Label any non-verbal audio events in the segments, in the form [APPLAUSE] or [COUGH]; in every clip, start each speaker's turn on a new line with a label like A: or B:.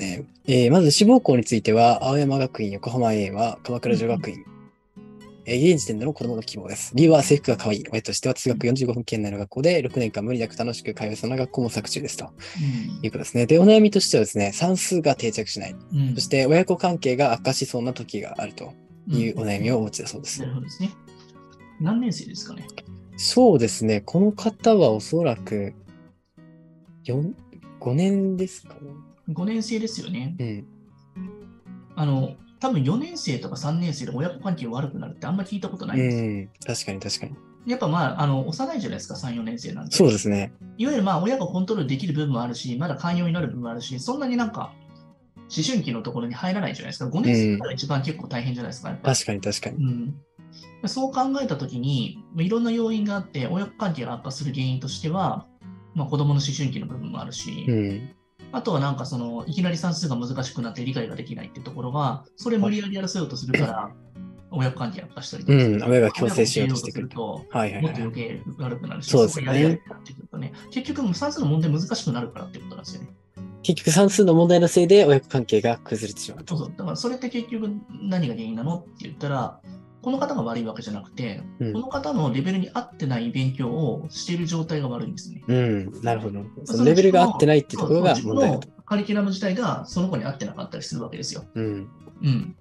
A: 。えーまず志望校については、青山学院横浜 A は鎌倉女学院。えー現時点での子供の希望です。理由は制服が可愛い。親としては通学45分圏内の学校で6年間無理なく楽しく通えそうな学校も作中ですということですね。で、お悩みとしてはですね、算数が定着しない。
B: うん
A: そして親子関係が悪化しそうな時があるというお悩みをお持ちだそうです。
B: なるほどですね。何年生ですかね。
A: そうですね、この方はおそらく4 5年ですかね。
B: 5年生ですよね。
A: うん。
B: あの、多分4年生とか3年生で親子関係悪くなるってあんま聞いたことないんですよ。
A: うん、確かに確かに。
B: やっぱまあ、あの幼いじゃないですか、3、4年生なんで。
A: そうですね。
B: いわゆるまあ親がコントロールできる部分もあるし、まだ寛容になる部分もあるし、そんなになんか思春期のところに入らないじゃないですか。5年生から一番結構大変じゃないですか。やっぱり
A: 確かに確かに。
B: うん、そう考えたときに、まあいろんな要因があって、親子関係が悪化する原因としては、まあ、子供の思春期の部分もあるし、
A: うん。
B: あとはなんかその、いきなり算数が難しくなって理解ができないってところは、それ無理やりやらせようとするから、親子関係悪化したりとか、
A: うん親が強制しようとしてくる
B: 親が強制しようとすると
A: はいはい
B: も
A: は
B: っと
A: い。
B: 余計悪くなるし、
A: そうですね
B: ごいやりやりになってくるとね。結局、もう算数の問題難しくなるからってことなんですよね。
A: 結局算数の問題のせいで親子関係が崩れてしまう
B: そう
A: と。
B: そう。だから、それって結局何が原因なのって言ったら、この方が悪いわけじゃなくて、
A: うん
B: この方のレベルに合ってない勉強をしている状態が悪いんですね。
A: うん、なるほど。そ
B: そ
A: の
B: の
A: レベルが合ってないっていうところが
B: そうそう
A: 問題だ
B: 自分のカリキュラム自体がその子に合ってなかったりするわけですよ。
A: うん。
B: うん。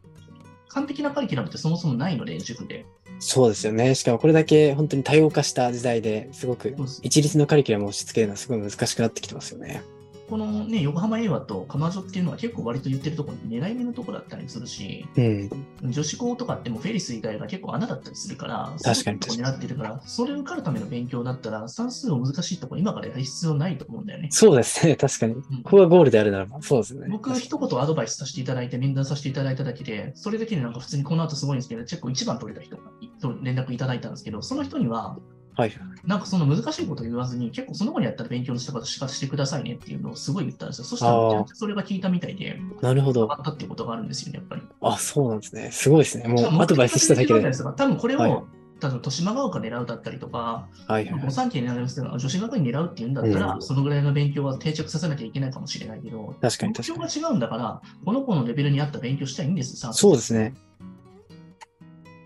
B: 完璧なカリキュラムってそもそもないので、塾で。
A: そうですよね。しかもこれだけ本当に多様化した時代ですごく
B: そうです
A: 一律のカリキュラムを押し付けるのはすごい難しくなってきてますよね。
B: このね、横浜英和と釜女っていうのは結構割と言ってるところに狙い目のところだったりするし、
A: うん。
B: 女子校とかってもうフェリス以外が結構穴だったりするから、
A: 確かに
B: そういうとこ狙ってるから、それを受かるための勉強だったら、算数を難しいとこ今からやる必要ないと思うんだよね。
A: そうですね。確かに。こ
B: うん
A: こがゴールであるならば、そうですよね。
B: 僕、一言アドバイスさせていただいて、面談させていただいただけで、それだけでなんか普通にこの後すごいんですけど、結構一番取れた人と連絡いただいたんですけど、その人には、
A: はい。
B: なんかその難しいことを言わずに、結構その子にやったら勉強の仕方しかしてくださいねっていうのをすごい言ったんですよ。そしたら
A: あー
B: めちゃめちゃそれが聞いたみたいで、
A: なるほど
B: 分。かったっていうことがあるんですよね、やっぱり。
A: あ、そうなんですね。すごいですね。も
B: しかも
A: うアドバイスしただけで。
B: 目的が違うじゃないですか多分これを、
A: はい
B: 多分豊島が丘狙うだったりとか、
A: はいはいは
B: 御
A: い。
B: 三家狙いますけど、女子学院狙うっていうんだったら、
A: うん
B: そのぐらいの勉強は定着させなきゃいけないかもしれないけど、
A: 確かに
B: 目
A: 確
B: 標
A: か
B: が
A: に。
B: 違うんだから、この子のレベルに合った勉強したらいいんです、さ
A: そうですね。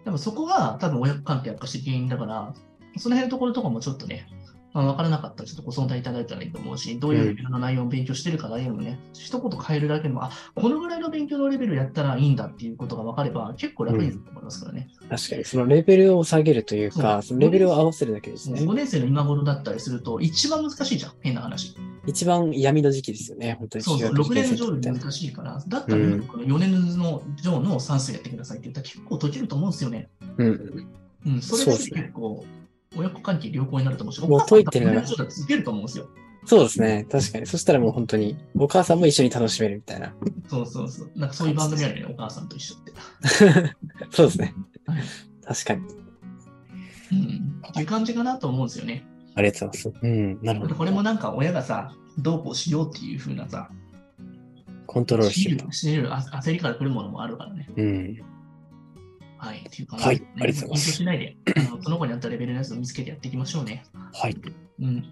B: でもそこが多分親子関係悪化して原因だから、その辺のところとかもちょっとね、あの分からなかったらちょっとご相談いただいたらいいと思うし、どういうレベルの内容を勉強してるか内容もね、一言変えるだけでも、あこのぐらいの勉強のレベルやったらいいんだっていうことが分かれば、結構楽になると思いますからね。
A: 確かに。そのレベルを下げるという
B: そ
A: か、
B: う
A: そのレベルを合わせるだけですね。
B: 5年生の今頃だったりすると、一番難しいじゃん、変な話。
A: 一番闇の時期ですよね。本当に
B: そう
A: 中
B: そう、
A: 学
B: 6
A: 受験
B: 年
A: 生
B: の
A: にと
B: 上
A: っ
B: で
A: て。
B: 難しいから、だったら
A: うん
B: 4年の上の算数やってくださいって言ったら結構解けると思うんですよね。
A: うん。
B: うん、それだ
A: そうで
B: けで
A: すね
B: 結構、親子関係良好になると思うし、
A: もう解いてるなら
B: お母さんとか4年の上だったら続けると思うんですよ。
A: そうですね。確かに。そしたらもう本当に、お母さんも一緒に楽しめるみたいな。 [LAUGHS]
B: そうそうそう。なんかそういう番組あるよね、お母さんと一緒って。
A: そうですね
B: はい。
A: 確かに。
B: うん。っていう感じかなと思うんですよね。
A: ありがとうございます。うん。なるほど。
B: これもなんか親がさ、どうこうしようっていう風なさ、
A: コントロールしてると。
B: 知れるあ焦りから来るものもあるからね。
A: うん。
B: はい。っていう感
A: はい
B: で、ね
A: ありがとうございます
B: 緊張しないで、あのその子にあったレベルのやつを見つけてやっていきましょうね。
A: はい。
B: うん。